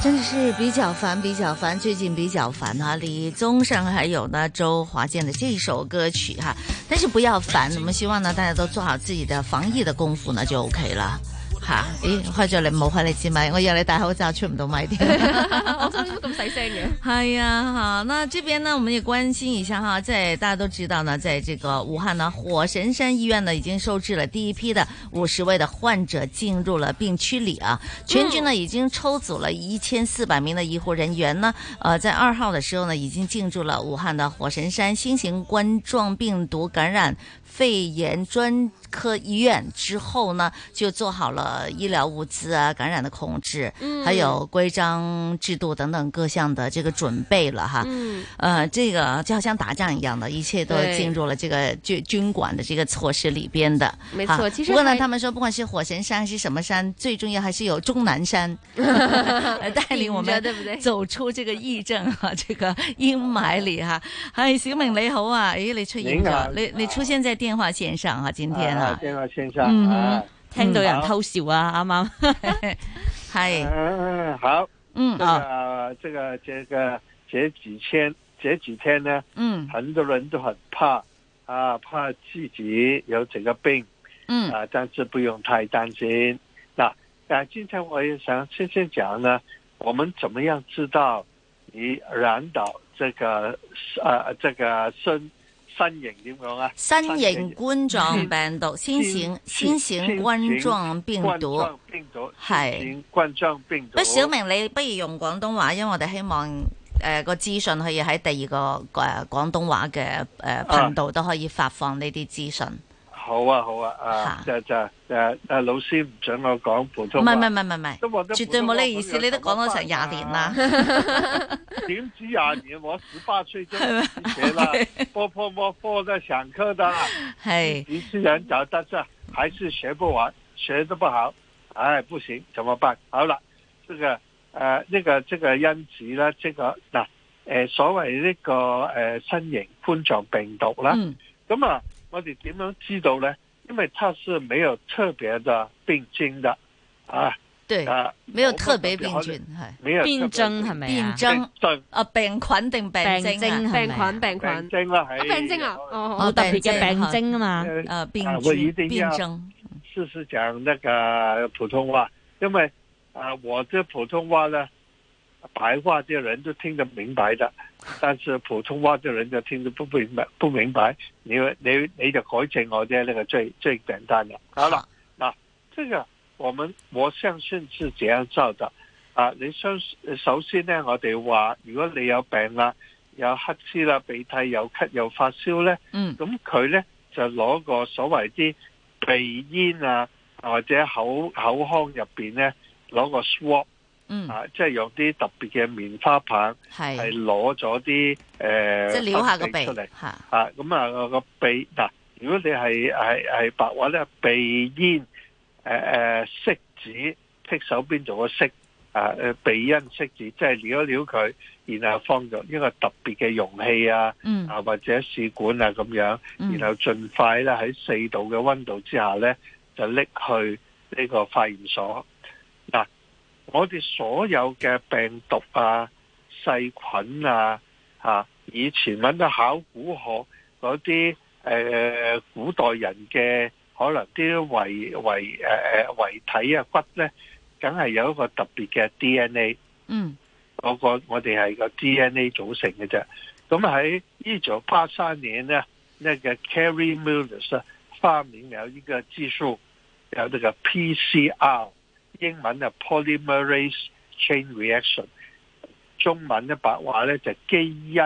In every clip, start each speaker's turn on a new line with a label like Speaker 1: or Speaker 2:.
Speaker 1: 真是比较烦，比较烦，最近比较烦啊！李宗盛还有呢周华健的这首歌曲哈、但是不要烦，我们希望呢大家都做好自己的防疫的功夫呢就 OK 啦。吓，咦，開咗你冇開你支咪，我以為你戴口罩出唔到咪添。
Speaker 2: 我心諗咁細聲嘅。
Speaker 1: 系啊，好，那这边呢，我们也关心一下哈，在大家都知道呢，在这个武汉呢，火神山医院呢已经收治了第一批的五十位的患者进入了病区里啊，全军呢已经抽走了一千四百名的医护人员呢，呃，在二号的时候呢，已经进驻了武汉的火神山新型冠状病毒感染肺炎专科医院之后呢，就做好了医疗物资啊、感染的控制，
Speaker 3: 嗯
Speaker 1: 还有规章制度等等各项的这个准备了哈。
Speaker 3: 嗯
Speaker 1: 呃，这个就好像打仗一样的，一切都
Speaker 3: 对
Speaker 1: 进入了这个军军管的这个措施里边的。
Speaker 3: 没错
Speaker 1: 啊
Speaker 3: 其实
Speaker 1: 不过呢，
Speaker 3: 还
Speaker 1: 他们说不管是火神山还是什么山，最重要还是有终南 山呃带领我
Speaker 3: 顶着
Speaker 1: 们
Speaker 3: 对不对
Speaker 1: 走出这个疫症哈、这个阴霾里哈、嗨，小明你好啊，诶，你出现
Speaker 4: 你好
Speaker 1: 咗，你你出现在电话线上哈、今天
Speaker 4: 啊
Speaker 1: 啊，
Speaker 4: 電話線上
Speaker 1: 嗯哼
Speaker 4: 啊，
Speaker 1: 聽到人偷
Speaker 2: 笑 啊，啱
Speaker 1: 啱，系，
Speaker 4: 嗯，好，
Speaker 1: 嗯
Speaker 4: 这个这个这个这几天这几天呢，
Speaker 1: 嗯
Speaker 4: 很多人都很怕啊，怕自己有这个病，
Speaker 1: 嗯
Speaker 4: 啊，但是不用太担心。那啊，今天我也想先先讲呢，我们怎么样知道你染到这个呃这个新新型點講啊？
Speaker 1: 新型冠狀病 毒，新型新型冠狀病毒。
Speaker 4: 病毒
Speaker 1: 係
Speaker 4: 新型冠狀病毒。
Speaker 1: 不，小明你不如用廣東話，因為我哋希望呃誒個資訊可以喺第二呃個誒廣東話嘅誒
Speaker 4: 啊
Speaker 1: 頻道都可以發放呢啲資訊。
Speaker 4: 好啊好啊啊！就就誒誒，老師唔准我講普
Speaker 1: 唔
Speaker 4: 通話。
Speaker 1: 係唔係唔係唔係，
Speaker 4: 都話得
Speaker 1: 絕對冇呢個意思，你都講咗成廿年啦。
Speaker 4: 點止廿年，我十八歲就
Speaker 1: 係咩
Speaker 4: 學啦，波波波波在上課的，
Speaker 1: 係
Speaker 4: 你雖然找，但是還是學不完，學得不好，哎，不行，怎麼辦？好了，這個呃，那個這個因子呢，這個嗱，呃，所謂呢、個呃新型冠狀病毒啦，
Speaker 1: 嗯
Speaker 4: 咁啊，我哋點樣知道呢？因為它是沒有特別的病徵的，啊，
Speaker 1: 對
Speaker 4: 啊，
Speaker 1: 沒有特別
Speaker 4: 別
Speaker 1: 病菌係
Speaker 4: 沒有特別
Speaker 1: 病 徵係咪啊病徵
Speaker 4: 徵
Speaker 1: 啊，病菌定病徵
Speaker 2: 病徵係
Speaker 1: 啊？
Speaker 2: 咪啊病菌病菌
Speaker 4: 病徵啦，係
Speaker 2: 病徵啊哦
Speaker 1: 哦
Speaker 2: 好特別嘅病徵啊嘛
Speaker 4: 呃
Speaker 1: 呃病
Speaker 4: 啊
Speaker 1: 菌
Speaker 4: 我一定
Speaker 1: 病
Speaker 4: 要
Speaker 1: 徵
Speaker 4: 试试讲那个普通话，因为啊、我这普通话呢，白话的人都听得明白的，但是普通话的人就听得不明白，不明白。你你你就改正我的那个最最简单的。好了，那这个我们我相信是这样做的。啊，你相首先呢，我哋话如果你有病啦，有黑黐啦，鼻涕有咳有發燒呢。
Speaker 1: 嗯
Speaker 4: 咁佢呢就攞個所謂啲鼻煙啊，或者口口腔入邊呢，攞個 swab，
Speaker 1: 嗯
Speaker 4: 啊，即係用啲特別嘅棉花棒，
Speaker 1: 係
Speaker 4: 係攞咗啲誒，
Speaker 1: 即係撩下個
Speaker 4: 分泌
Speaker 1: 鼻
Speaker 4: 出嚟，
Speaker 1: 嚇
Speaker 4: 啊，咁啊個鼻嗱，如果你係係係白話咧，鼻煙誒誒色子剔手邊做個色啊誒鼻煙色子，即係撩一撩佢，然後放入一個特別嘅容器啊，
Speaker 5: 嗯
Speaker 4: 啊或者試管啊咁樣，
Speaker 5: 嗯
Speaker 4: 然後盡快咧喺四度嘅温度之下咧，就拎去呢個化驗所。嗱、我哋所有嘅病毒啊、細菌啊、啊，以前揾到考古學嗰啲誒古代人嘅可能啲遺遺誒誒遺體啊骨咧，梗係有一個特別嘅 DNA。
Speaker 1: 嗯
Speaker 4: 嗰個我哋係個 DNA 組成嘅啫。咁喺一九八三年呢，那個 Carrie Mullis 啊發明了一個技術，有這個 PCR，英文啊 polymerase chain reaction，中文咧白話咧就基因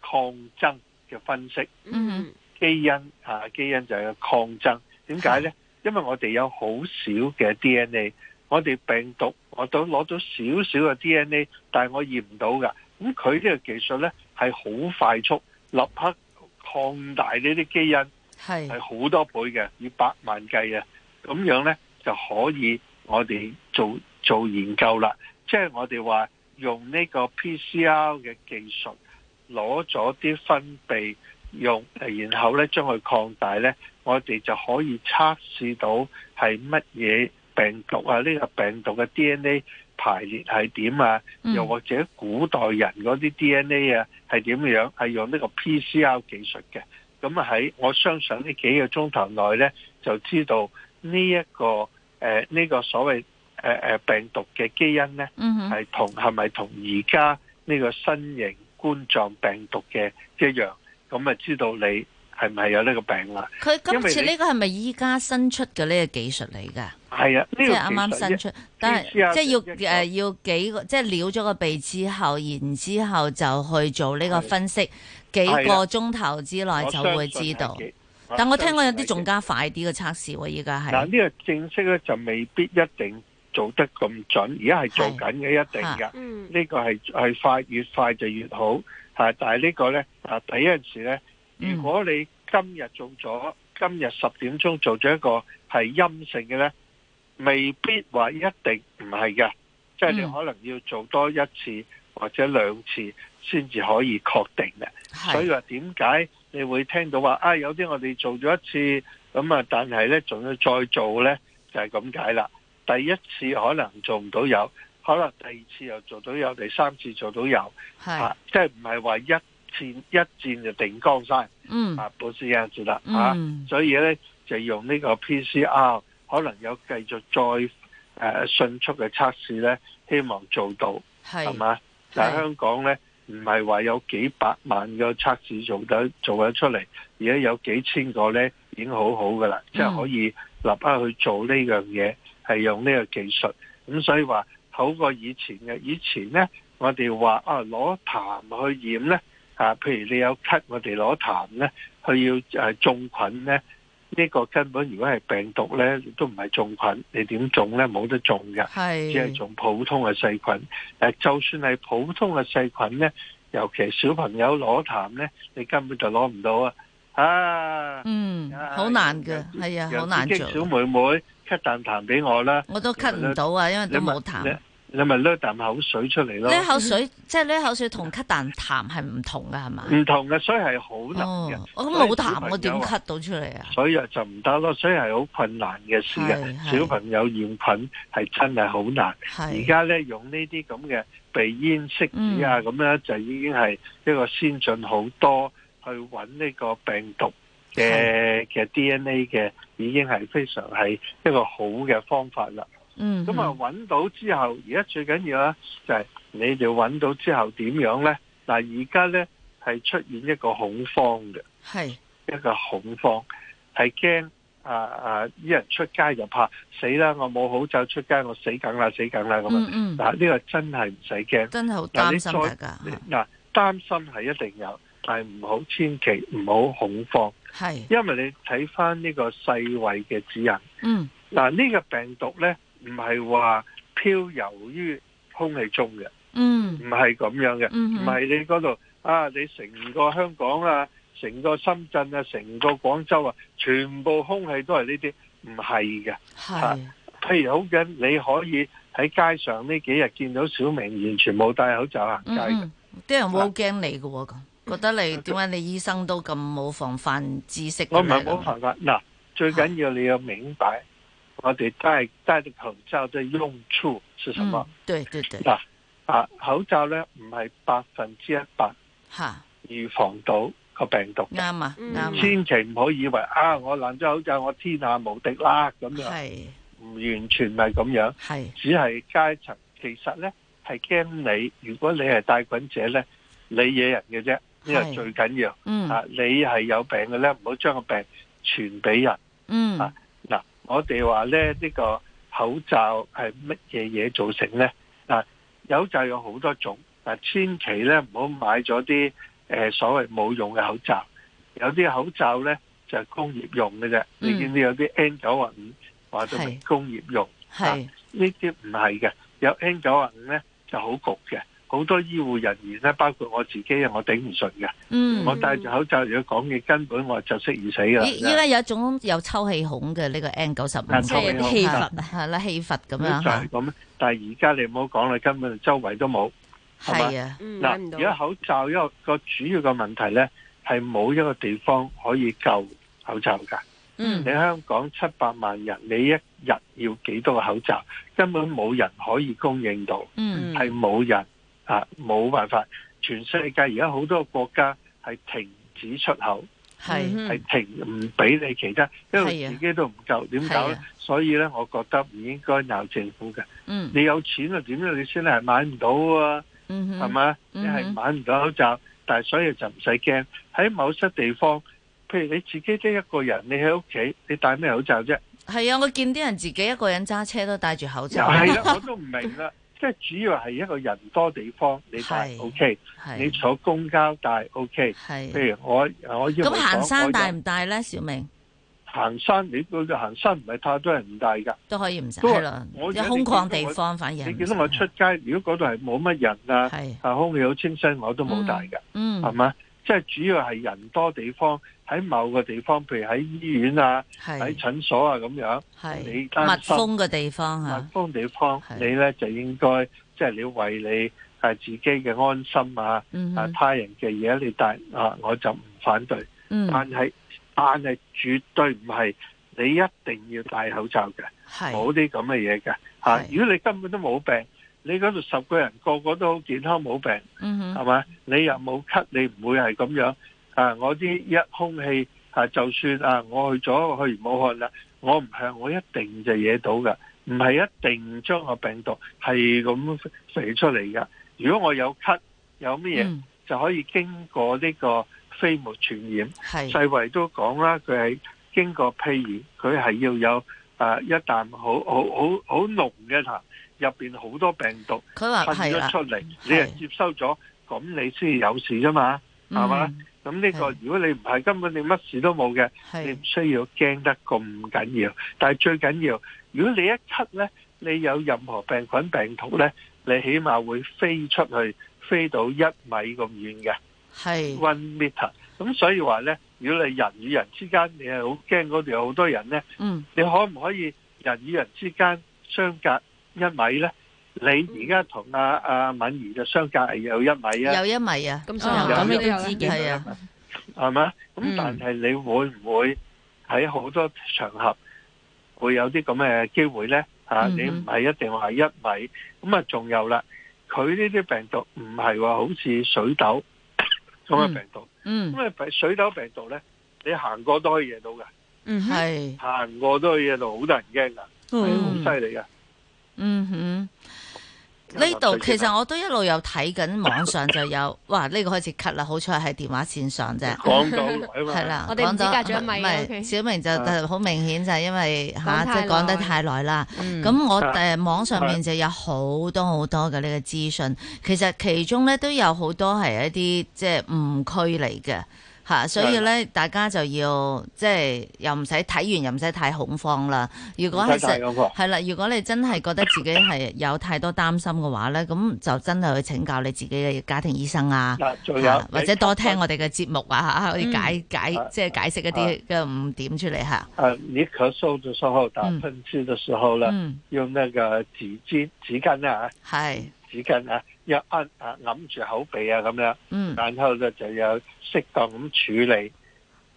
Speaker 4: 抗爭嘅分析。
Speaker 1: 嗯
Speaker 4: 基因啊，基因就有抗爭。點解呢？因為我哋有好少嘅 DNA，我哋病毒我都攞到少少嘅 DNA，但係我驗唔到㗎。咁佢呢個技術呢，係好快速，立刻擴大呢啲基因。
Speaker 1: 係
Speaker 4: 係好多倍嘅，以百萬計嘅，咁樣呢，就可以我哋做做研究啦。即係我哋話用呢個 PCR 嘅技術攞咗啲分泌，用然後呢將佢擴大呢，我哋就可以測試到係乜嘢病毒啊？呢、個病毒嘅 DNA 排列係點啊？
Speaker 1: 嗯
Speaker 4: 又或者古代人嗰啲 DNA 啊係點樣？係用呢個 PCR 技術嘅。咁啊喺我相信呢幾個鐘頭內呢，就知道呢、一個誒呢、個所謂誒誒、呃病毒嘅基因呢，
Speaker 1: 嗯哼，
Speaker 4: 係同係咪同而家呢個新型冠狀病毒嘅一樣？咁啊知道你係唔係有呢個病啦？
Speaker 1: 佢
Speaker 4: 因
Speaker 1: 今
Speaker 4: 為
Speaker 1: 次
Speaker 4: 你
Speaker 1: 呢個係咪依家新出嘅呢個技術嚟㗎？
Speaker 4: 係啊，呢、
Speaker 1: 即
Speaker 4: 個
Speaker 1: 係啱
Speaker 4: 其
Speaker 1: 啱
Speaker 4: 實
Speaker 1: 新
Speaker 4: 一
Speaker 1: 出，但係
Speaker 4: PCR
Speaker 1: 即係要
Speaker 4: 嘅一啊
Speaker 1: 誒、
Speaker 4: 個
Speaker 1: 要幾個，即係撩咗個鼻之後，然之後就去做呢個分析，幾個鐘頭之內
Speaker 4: 我
Speaker 1: 就
Speaker 4: 相
Speaker 1: 會
Speaker 4: 信
Speaker 1: 知
Speaker 4: 係
Speaker 1: 道。
Speaker 4: 幾
Speaker 1: 但我聽
Speaker 4: 相
Speaker 1: 過有
Speaker 4: 信
Speaker 1: 啲
Speaker 4: 係
Speaker 1: 仲
Speaker 4: 幾
Speaker 1: 加快啲嘅測試喎，依家
Speaker 4: 嗱，
Speaker 1: 係
Speaker 4: 呢個正式咧就未必一定做得咁準，而家係做緊嘅，一定㗎。
Speaker 2: 嗯
Speaker 4: 呢個係係快，越快就越好嚇。但係呢個咧啊，第一陣時咧，
Speaker 1: 嗯
Speaker 4: 如果你今日做咗，今日十點鐘做咗一個係陰性嘅咧，未必話一定唔係嘅，即係你
Speaker 1: 嗯
Speaker 4: 可能要做多一次或者兩次先至可以確定嘅。所以
Speaker 1: 係
Speaker 4: 話點解你會聽到話啊？有啲我哋做咗一次咁啊，但係呢仲要再做呢，就係咁解啦。第一次可能做唔到有，可能第二次又做到有，第三次做到有，
Speaker 1: 係
Speaker 4: 啊，即係唔係話一戰一戰就定江山
Speaker 1: 嗯
Speaker 4: 啊？不是這樣子啦啊！
Speaker 1: 嗯
Speaker 4: 所以呢，就用呢個 PCR，可能有繼續再誒、呃迅速嘅測試呢，希望做到。係
Speaker 1: 係
Speaker 4: 嘛？但係香港咧，唔係話有幾百萬個測試做得做緊出嚟，而家有幾千個咧已經好好噶啦，即係可以立刻去做呢樣嘢，係用呢個技術。咁所以話好過以前嘅，以前咧我哋話啊攞痰去驗咧，啊譬如你有咳，我哋攞痰咧，佢要誒種菌咧。呢個根本如果係病毒咧，都唔係種菌，你點種咧？冇得種㗎。只係
Speaker 1: 係
Speaker 4: 種普通嘅細菌。誒，就算係普通嘅細菌呢，尤其小朋友攞痰呢，你根本就攞唔到啊！啊，
Speaker 1: 嗯
Speaker 4: 啊
Speaker 1: 好難嘅，
Speaker 4: 有
Speaker 1: 係啊
Speaker 4: 楊
Speaker 1: 好難
Speaker 4: 子敬小
Speaker 1: 做，
Speaker 4: 妹妹咳啖痰俾我啦，
Speaker 1: 我都咳唔到啊，因為都
Speaker 4: 你咪
Speaker 1: 冇痰。
Speaker 4: 你咪甩啖口水出嚟咯。
Speaker 1: 呢口水即係呢口水同咳啖痰係唔同㗎，係嘛？
Speaker 4: 唔同嘅，所以係嗯好難嘅，
Speaker 1: 哦，我咁
Speaker 4: 所以
Speaker 1: 冇
Speaker 4: 小
Speaker 1: 痰
Speaker 4: 朋
Speaker 1: 我點
Speaker 4: 友啊
Speaker 1: 咳到出嚟啊？
Speaker 4: 所以就唔得咯，所以係好困難嘅事
Speaker 1: 係
Speaker 4: 嘅。
Speaker 1: 係
Speaker 4: 小朋友驗菌係真係好難。而
Speaker 1: 係
Speaker 4: 家咧用呢啲咁嘅鼻咽拭子啊，咁咧就已經係一個先進好多去揾呢個病毒嘅嘅 DNA 嘅，已經係非常係一個好嘅方法啦。
Speaker 1: 嗯
Speaker 4: 咁啊
Speaker 1: 嗯
Speaker 4: 揾到之後，而家最緊要咧啊就係你哋揾到之後點樣咧？嗱，而家咧係出現一個恐慌嘅。
Speaker 1: 係
Speaker 4: 一個恐慌，係驚啊啊！啲人出街就怕死啦，我冇口罩出街，我死梗啦，死梗啦咁
Speaker 1: 嗯
Speaker 4: 啊！
Speaker 1: 嗯。啊
Speaker 4: 嗱，呢個真係唔使驚，
Speaker 1: 真係好
Speaker 4: 嗱
Speaker 1: 擔
Speaker 4: 你
Speaker 1: 心
Speaker 4: 再
Speaker 1: 大家，
Speaker 4: 嗱擔心係一定有，但係唔好千祈唔好恐慌，
Speaker 1: 係
Speaker 4: 因為你睇翻呢個世衛嘅指引，
Speaker 1: 嗯
Speaker 4: 嗱呢個病毒呢，唔係話漂游於空氣中嘅，
Speaker 1: 嗯
Speaker 4: 唔係咁樣嘅。
Speaker 1: 嗯
Speaker 4: 唔
Speaker 1: 哼，
Speaker 4: 係你嗰度啊，你成個香港啊，成個深圳啊，成個廣州啊，全部空氣都係呢啲，唔係嘅。啊
Speaker 1: 係
Speaker 4: 譬如好緊，你可以喺街上呢幾日見到小明完全冇戴口罩啊行街
Speaker 1: 嗯
Speaker 4: 嘅，
Speaker 1: 嗯，啲人會好驚你嘅喎，
Speaker 4: 啊
Speaker 1: 覺得你點解你醫生都咁冇防範知識
Speaker 4: 我
Speaker 1: 嘅
Speaker 4: 唔
Speaker 1: 咧？
Speaker 4: 係冇辦法。嗱，最緊要你要明白，我哋戴戴着口罩嘅用處是什麼
Speaker 1: 嗯？對對對，
Speaker 4: 嗱、啊，口罩呢唔係百分之一百
Speaker 1: 嚇
Speaker 4: 預防到個病毒嘅。
Speaker 1: 啱啊
Speaker 2: 嗯
Speaker 1: 啱啊，
Speaker 4: 千祈唔好以為啊，我攬咗口罩，我天下無敵啦咁樣，
Speaker 1: 係
Speaker 4: 唔完全唔係咁樣，
Speaker 1: 係
Speaker 4: 只係階層。其實呢係驚你，如果你係帶菌者呢，你惹人嘅啫，呢個
Speaker 1: 係
Speaker 4: 最緊要
Speaker 1: 嗯
Speaker 4: 啊！你係有病嘅呢，唔好將個病傳俾人。
Speaker 1: 嗯
Speaker 4: 啊嗱，我哋話呢，呢個口罩係乜嘢嘢造成呢？嗱，口罩有好多種，嗱，千祈呢唔好買咗啲誒所謂冇用嘅口罩。有啲口罩呢就係工業用嘅啫，
Speaker 1: 嗯
Speaker 4: 你見到有啲 N 九啊五話到明
Speaker 1: 係
Speaker 4: 工業用，
Speaker 1: 係
Speaker 4: 呢啲唔係嘅。有 N 九啊五呢就好焗嘅，好多醫護人員呢，包括我自己啊，我頂唔順嘅。
Speaker 1: 嗯
Speaker 4: 我。戴住口罩如果講嘢，根本我就適宜死㗎啦。
Speaker 1: 依依家有一種有抽氣孔嘅呢個 N 九十五，
Speaker 4: 啊
Speaker 2: 即係有啲氣
Speaker 1: 係
Speaker 2: 閥
Speaker 1: 係啦，氣閥咁
Speaker 4: 就
Speaker 1: 樣
Speaker 4: 係
Speaker 1: 嚇，
Speaker 4: 咁，但係而家你唔好講啦，根本周圍都冇。係嘛
Speaker 1: 係啊，
Speaker 2: 嗯，買
Speaker 4: 嗱，
Speaker 2: 唔到
Speaker 4: 而家口罩一個個主要嘅問題呢，係冇一個地方可以救口罩㗎。你
Speaker 2: 嗯
Speaker 4: 香港七百萬人，你一日要幾多個口罩？根本冇人可以供應到。
Speaker 1: 嗯
Speaker 2: 嗯
Speaker 4: 係冇人啊，冇辦法。全世界而家好多國家係停止出口，
Speaker 1: 係
Speaker 2: 嗯
Speaker 4: 係停唔俾你其他，因
Speaker 1: 係
Speaker 4: 為
Speaker 1: 啊
Speaker 4: 自己都唔夠，點搞
Speaker 1: 係
Speaker 4: 咧
Speaker 1: 啊？
Speaker 4: 所以咧，我覺得唔應該鬧政府嘅。
Speaker 1: 嗯
Speaker 4: 你有錢啊，點樣你先係買唔到啊？
Speaker 1: 嗯哼
Speaker 4: 係咪？你
Speaker 1: 嗯
Speaker 4: 係買唔到口罩，但係所以就唔使驚。喺某些地方，譬如你自己得一個人，你喺屋企，你戴咩口罩啫？
Speaker 1: 係啊，我見啲人自己一個人揸車都戴住口
Speaker 4: 又
Speaker 1: 罩，
Speaker 4: 係啦，我都唔明 啦。即係主要係一個人多地方，你戴
Speaker 1: 係
Speaker 4: O K。你
Speaker 1: 係
Speaker 4: 坐公交戴 O K，
Speaker 1: 係。
Speaker 4: 譬如我我
Speaker 1: 咁
Speaker 4: 要
Speaker 1: 行山戴
Speaker 4: 帶
Speaker 1: 唔戴咧？小明
Speaker 4: 行山，你嗰度行山唔係太多人唔帶㗎。
Speaker 1: 都可以唔使
Speaker 4: 都
Speaker 1: 啦，
Speaker 4: 我
Speaker 1: 有
Speaker 4: 而家
Speaker 1: 空
Speaker 4: 你見
Speaker 1: 曠
Speaker 4: 到
Speaker 1: 地
Speaker 4: 我
Speaker 1: 方反而係
Speaker 4: 你
Speaker 1: 唔
Speaker 4: 見到我
Speaker 1: 使
Speaker 4: 出街，如果嗰度係冇乜人啊，
Speaker 1: 係
Speaker 4: 啊空氣好清新，我都冇帶㗎，
Speaker 1: 嗯
Speaker 4: 係嘛？即係主要係人多地方，喺某個地方，譬如喺醫院啊、喺
Speaker 1: 係
Speaker 4: 診所啊咁樣，
Speaker 1: 係
Speaker 4: 你
Speaker 1: 密
Speaker 4: 擔心啊
Speaker 1: 封嘅地方啊
Speaker 4: 密
Speaker 1: 嚇，
Speaker 4: 封地方，
Speaker 1: 係
Speaker 4: 你咧就應該即係你要為你係自己嘅安心啊，
Speaker 1: 嗯
Speaker 4: 啊
Speaker 1: 哼
Speaker 4: 他人嘅嘢你帶啊，我就唔反對。
Speaker 1: 嗯
Speaker 4: 但係但係絕對唔係你一定要戴口罩嘅，
Speaker 1: 係
Speaker 4: 冇啲咁嘅嘢嘅吓。
Speaker 1: 係
Speaker 4: 如果你根本都冇病，你嗰度十個人個個都好健康冇病，
Speaker 1: 嗯
Speaker 4: 係
Speaker 1: 哼
Speaker 4: 咪？你又冇咳，你唔會係咁樣啊！我啲一空氣啊，就算啊，我去咗去完武漢啦，我唔係我一定就惹到嘅，唔係一定將個病毒係咁肥出嚟嘅。如果我有咳有乜嘢，
Speaker 1: 嗯
Speaker 4: 就可以經過呢個飛沫傳染。世
Speaker 1: 係
Speaker 4: 衛都講啦，佢係經過譬如佢係要有啊一啖好好好好濃嘅痰，入邊好多病毒
Speaker 1: 佢話
Speaker 4: 噴
Speaker 1: 啊係
Speaker 4: 咗
Speaker 1: 啦
Speaker 4: 出，嚟，你係接收咗，咁你先至有事啫嘛。係嘛
Speaker 1: 嗯？
Speaker 4: 咁呢個
Speaker 1: 係
Speaker 4: 如果你唔係根本你乜事都冇嘅，你
Speaker 1: 係
Speaker 4: 唔需要驚得咁緊要。但係最緊要，如果你一咳呢，你有任何病菌病毒呢，你起碼會飛出去，飛到一米咁遠嘅。
Speaker 1: 係
Speaker 4: one meter。咁所以話咧，如果你人與人之間，你係好驚嗰度有好多人咧，
Speaker 1: 嗯
Speaker 4: 你可唔可以人與人之間相隔一米咧？你而家同阿阿敏儀嘅相隔係有一米啊，
Speaker 1: 有一米啊，
Speaker 2: 哦
Speaker 1: 咁
Speaker 2: 咁所以
Speaker 4: 有
Speaker 1: 咁你
Speaker 2: 有有
Speaker 1: 都知嘅係啊，
Speaker 4: 係嘛？
Speaker 1: 嗯
Speaker 4: 咁但係你會唔會喺好多場合會有啲咁嘅機會咧？啊，
Speaker 1: 嗯
Speaker 4: 你唔係一定話一米，咁啊仲有啦，佢呢啲病毒唔係話好似水痘咁嘅
Speaker 1: 嗯
Speaker 4: 病毒。
Speaker 1: 嗯
Speaker 4: 因為水痘病毒咧，你行過都可以惹到嘅，
Speaker 2: 嗯哼
Speaker 1: 係
Speaker 4: 行過都可以惹到，好多人驚噶，係好
Speaker 1: 嗯
Speaker 4: 犀利嘅。
Speaker 1: 嗯哼。呢度其實我都一路有睇緊網上就 有，哇！呢、個開始咳啦，好彩係電話線上啫。
Speaker 4: 講到好耐啊嘛，
Speaker 1: 係啦，
Speaker 2: 我哋唔
Speaker 1: 講
Speaker 2: 知
Speaker 1: 到
Speaker 2: 隔咗一米
Speaker 1: 唔
Speaker 2: 啊，OK
Speaker 1: 係小明就
Speaker 4: 啊
Speaker 1: 好明顯就係因為嚇，
Speaker 2: 講
Speaker 1: 即
Speaker 2: 太
Speaker 1: 係講得
Speaker 2: 耐
Speaker 1: 太耐啦。
Speaker 2: 嗯
Speaker 1: 咁我
Speaker 4: 啊
Speaker 1: 誒網上面就有好多好多嘅呢個資訊，其實其中咧都有好多係一啲即係誤區嚟嘅嚇，所以咧大家就要即係又唔使睇完又唔使太恐慌啦。如果
Speaker 4: 唔
Speaker 1: 係
Speaker 4: 使大
Speaker 1: 實
Speaker 4: 咁喎。
Speaker 1: 係啦，如果你真係覺得自己係有太多擔心嘅話咧，咁就真係去請教你自己嘅家庭醫生啊。
Speaker 4: 嗱，仲有
Speaker 1: 啊或者多聽我哋嘅節目啊，可以解解
Speaker 4: 啊
Speaker 1: 即係解釋一啲嘅誤點出嚟嚇。
Speaker 4: 啊，你咳嗽嘅時候、打
Speaker 1: 嗯
Speaker 4: 噴嚏嘅時候啦，
Speaker 1: 嗯，
Speaker 4: 用那個紙巾、紙巾啊、
Speaker 1: 係，
Speaker 4: 紙巾啊，一按啊揞住口鼻啊咁樣，
Speaker 1: 嗯，
Speaker 4: 然後咧就有適當咁處理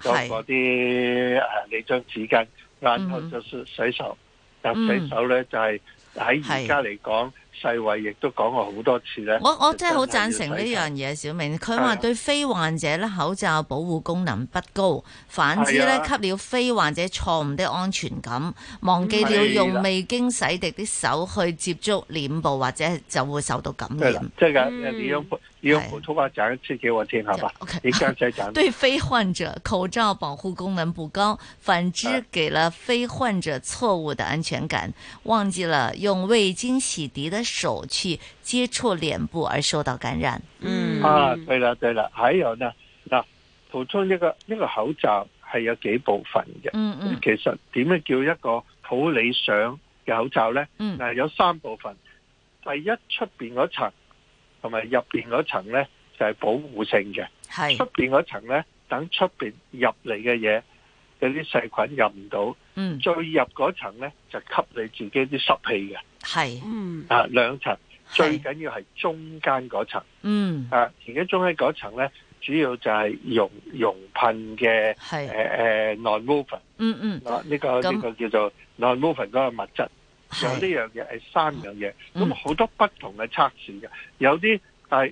Speaker 4: 嗰嗰
Speaker 1: 係，
Speaker 4: 啲啊，你張紙巾，然後
Speaker 1: 嗯
Speaker 4: 就是洗手。但
Speaker 1: 嗯
Speaker 4: 洗手咧就係喺而
Speaker 1: 係
Speaker 4: 家嚟講，世衛亦都講過好多次 咧。
Speaker 1: 我我真係好贊成呢樣嘢，小明。佢話
Speaker 4: 係啊
Speaker 1: 對非患者咧口罩保護功能不高，反之
Speaker 4: 係
Speaker 1: 咧
Speaker 4: 啊
Speaker 1: 給了非患者錯誤的安全感，忘記了
Speaker 4: 係啦
Speaker 1: 用未經洗滌的手去接觸臉部，或者就會受到感
Speaker 4: 對了
Speaker 1: 染。，
Speaker 4: 这个呃
Speaker 2: 嗯
Speaker 4: 你用
Speaker 1: 哎
Speaker 4: 普你用普通话讲一次给我听好吧？
Speaker 1: OK
Speaker 4: 你 刚才讲的
Speaker 1: 对非患者口罩保护功能不高，反之
Speaker 4: 哎
Speaker 1: 给了非患者错误的安全感，忘记了用未经洗涤的手去接触脸部而受到感染。
Speaker 2: 嗯
Speaker 4: 啊，对了对了，还有呢，嗱，普通一个一个口罩系有几部分嘅，
Speaker 1: 嗯嗯
Speaker 4: 其实点样叫一个好理想嘅口罩呢？
Speaker 1: 嗯，
Speaker 4: 嗱，有三部分，第一出边嗰层同埋入边嗰层呢，就係保護性嘅。
Speaker 1: 系
Speaker 4: 出，邊嗰層呢，等出邊入嚟嘅嘢，有啲細菌入唔到，
Speaker 1: 嗯
Speaker 4: 最入嗰層呢，就吸你自己啲濕氣嘅，
Speaker 1: 系，
Speaker 2: 嗯
Speaker 4: 啊兩層，最
Speaker 1: 係
Speaker 4: 緊要係中間嗰層，
Speaker 1: 嗯
Speaker 4: 啊而家中間嗰層呢，主要就係熔熔噴嘅誒
Speaker 1: 係，
Speaker 4: 誒 non-woven
Speaker 1: 嗯嗯，
Speaker 4: 嗱啊呢個
Speaker 1: 咁
Speaker 4: 呢個叫做 non-woven 嗰個物質。有呢
Speaker 1: 係，
Speaker 4: 樣嘢係三樣嘢，
Speaker 1: 嗯
Speaker 4: 咁好多不同嘅測試嘅，有啲係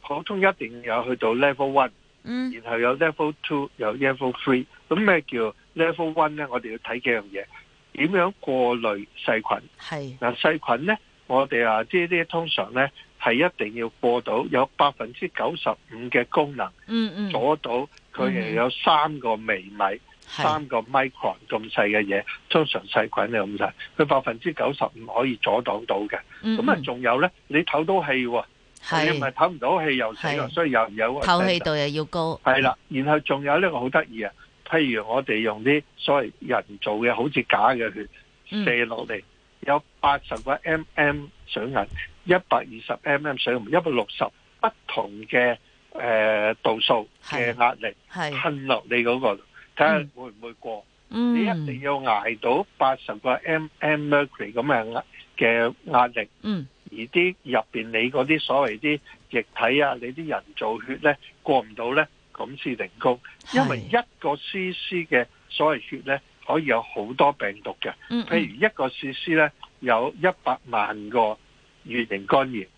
Speaker 4: 普通一定有去到 level one，
Speaker 2: 嗯
Speaker 4: 然後有 level two，有 level three。咁咩叫 level one 呢？我哋要睇幾樣嘢，點樣過濾細菌？
Speaker 1: 係，
Speaker 4: 嗱，細菌呢，我哋啊知呢通常呢係一定要過到有百分之九十五嘅功能，
Speaker 1: 嗯嗯，
Speaker 4: 阻到佢哋有三個微米。
Speaker 1: 係，
Speaker 4: 三個 micron 咁細嘅嘢，通常細菌係咁細，佢百分之九十五可以阻擋到嘅。
Speaker 1: 嗯
Speaker 4: 咁啊，
Speaker 1: 嗯
Speaker 4: 仲有咧，你唞到氣喎，你咪
Speaker 1: 係，
Speaker 4: 唞唔到氣又死
Speaker 1: 係
Speaker 4: 咯，所以又有個
Speaker 1: 透氣度又要高，
Speaker 4: 係啦。然後仲有呢個好得意啊，譬如我哋用啲所謂人造嘅好似假嘅血
Speaker 1: 嗯
Speaker 4: 射落嚟，有八十個 mm 水銀，一百二十 mm 水銀，一百六十不同嘅誒度數嘅
Speaker 1: 係
Speaker 4: 壓力
Speaker 1: 係，
Speaker 4: 噴落你嗰個度，睇下
Speaker 1: 嗯
Speaker 4: 會唔會過？你一
Speaker 1: 嗯
Speaker 4: 定要捱到八十個 mm mercury 咁嘅壓嘅壓力，
Speaker 1: 嗯
Speaker 4: 而啲入邊你嗰啲所謂啲液體啊，你啲人造血咧過唔到咧，咁先成功。因
Speaker 1: 係
Speaker 4: 為一個 cc 嘅所謂血咧，可以有好多病毒嘅。
Speaker 1: 嗯
Speaker 4: 譬如一個 cc 咧有一百萬個乙型肝炎，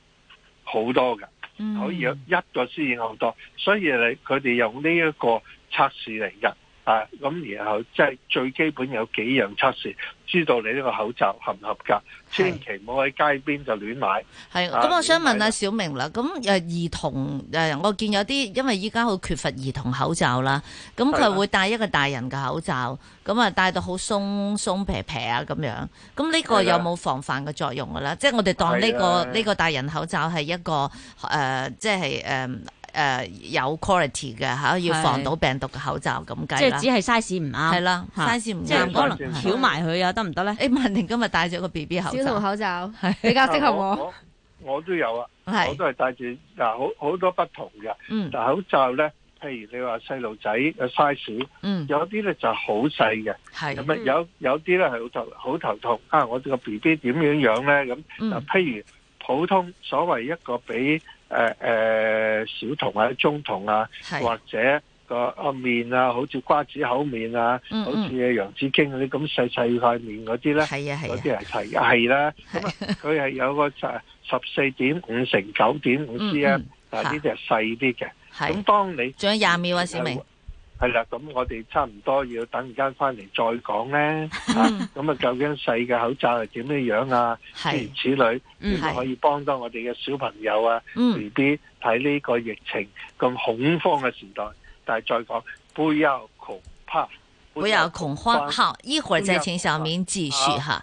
Speaker 4: 好多嘅，
Speaker 1: 嗯
Speaker 4: 可以有一個 cc 已經好多，所以你佢哋用呢一個測試嚟㗎。啊，咁然後即係最基本有幾樣測試，知道你呢個口罩合唔合格，千祈唔好喺街邊就亂買。
Speaker 1: 係，
Speaker 4: 啊
Speaker 1: 咁我想問
Speaker 4: 點
Speaker 1: 阿
Speaker 4: 解
Speaker 1: 小明啦，咁誒兒童誒，我見有啲因為依家好缺乏兒童口罩啦，咁
Speaker 4: 係
Speaker 1: 佢
Speaker 4: 啊
Speaker 1: 會戴一個大人嘅口罩，咁啊戴到好鬆鬆皮皮啊咁樣，咁呢個
Speaker 4: 係
Speaker 1: 有
Speaker 4: 啦
Speaker 1: 冇防範嘅作用㗎啦？即係我哋當呢個
Speaker 4: 係啊
Speaker 1: 呢個大人口罩係一個誒，即係誒誒有 quality 嘅嚇，要防
Speaker 2: 係
Speaker 1: 到病毒嘅口罩咁
Speaker 2: 即
Speaker 1: 計
Speaker 2: 係
Speaker 1: 啦
Speaker 2: 只，係 size 唔
Speaker 1: 係
Speaker 2: 啱，
Speaker 1: 啦
Speaker 2: 嚇
Speaker 1: ，size 唔
Speaker 2: 即係
Speaker 1: 啱
Speaker 2: 可能
Speaker 4: 即係
Speaker 2: 翹埋佢啊，得唔得咧？
Speaker 1: 誒曼婷今日戴咗個 B B 口
Speaker 3: 小童
Speaker 1: 罩，
Speaker 3: 口罩比較適合
Speaker 4: 啊
Speaker 3: 我。
Speaker 4: 我我都有啊，我
Speaker 1: 係
Speaker 4: 都係戴住嗱，好好多不同嘅。
Speaker 1: 嗯
Speaker 4: 但口罩咧，譬如你話細路仔嘅 size，
Speaker 1: 嗯
Speaker 4: 有啲咧就係好細嘅，
Speaker 1: 係
Speaker 4: 咁啊有有啲咧係好頭好頭痛啊！我哋個 B B 點樣樣咧咁？嗱，
Speaker 1: 嗯
Speaker 4: 譬如普通所謂一個俾誒誒小童或者中童啊，
Speaker 1: 係
Speaker 4: 或者個個面啊，好似瓜子口面啊，
Speaker 1: 嗯
Speaker 4: 好
Speaker 1: 嗯
Speaker 4: 似洋紫荊嗰啲咁細細塊面嗰啲咧，
Speaker 1: 係啊係
Speaker 4: 嗰
Speaker 1: 啊。
Speaker 4: 啲係係係啦。咁啊，佢係有個十十四點五乘九點
Speaker 1: 嗯
Speaker 4: 五 cm，但係呢啲係細啲嘅。啊咁
Speaker 1: 系，
Speaker 4: 當你
Speaker 1: 仲有廿秒啊，小明。
Speaker 4: 係啦，咁我哋差唔多要等陣間翻嚟再講咧。啊
Speaker 1: 嗯，
Speaker 4: 咁啊，究竟細嘅口罩係點樣樣啊？諸如
Speaker 1: 系，
Speaker 4: 此類，
Speaker 2: 嗯
Speaker 4: 點樣可以幫到我哋嘅小朋友啊？
Speaker 1: 嗯，
Speaker 4: B B 喺呢個疫情咁恐慌嘅時代，但係再講不要恐怕，
Speaker 1: 不要恐慌。好，一会儿再请小明继续
Speaker 4: 好
Speaker 1: 哈。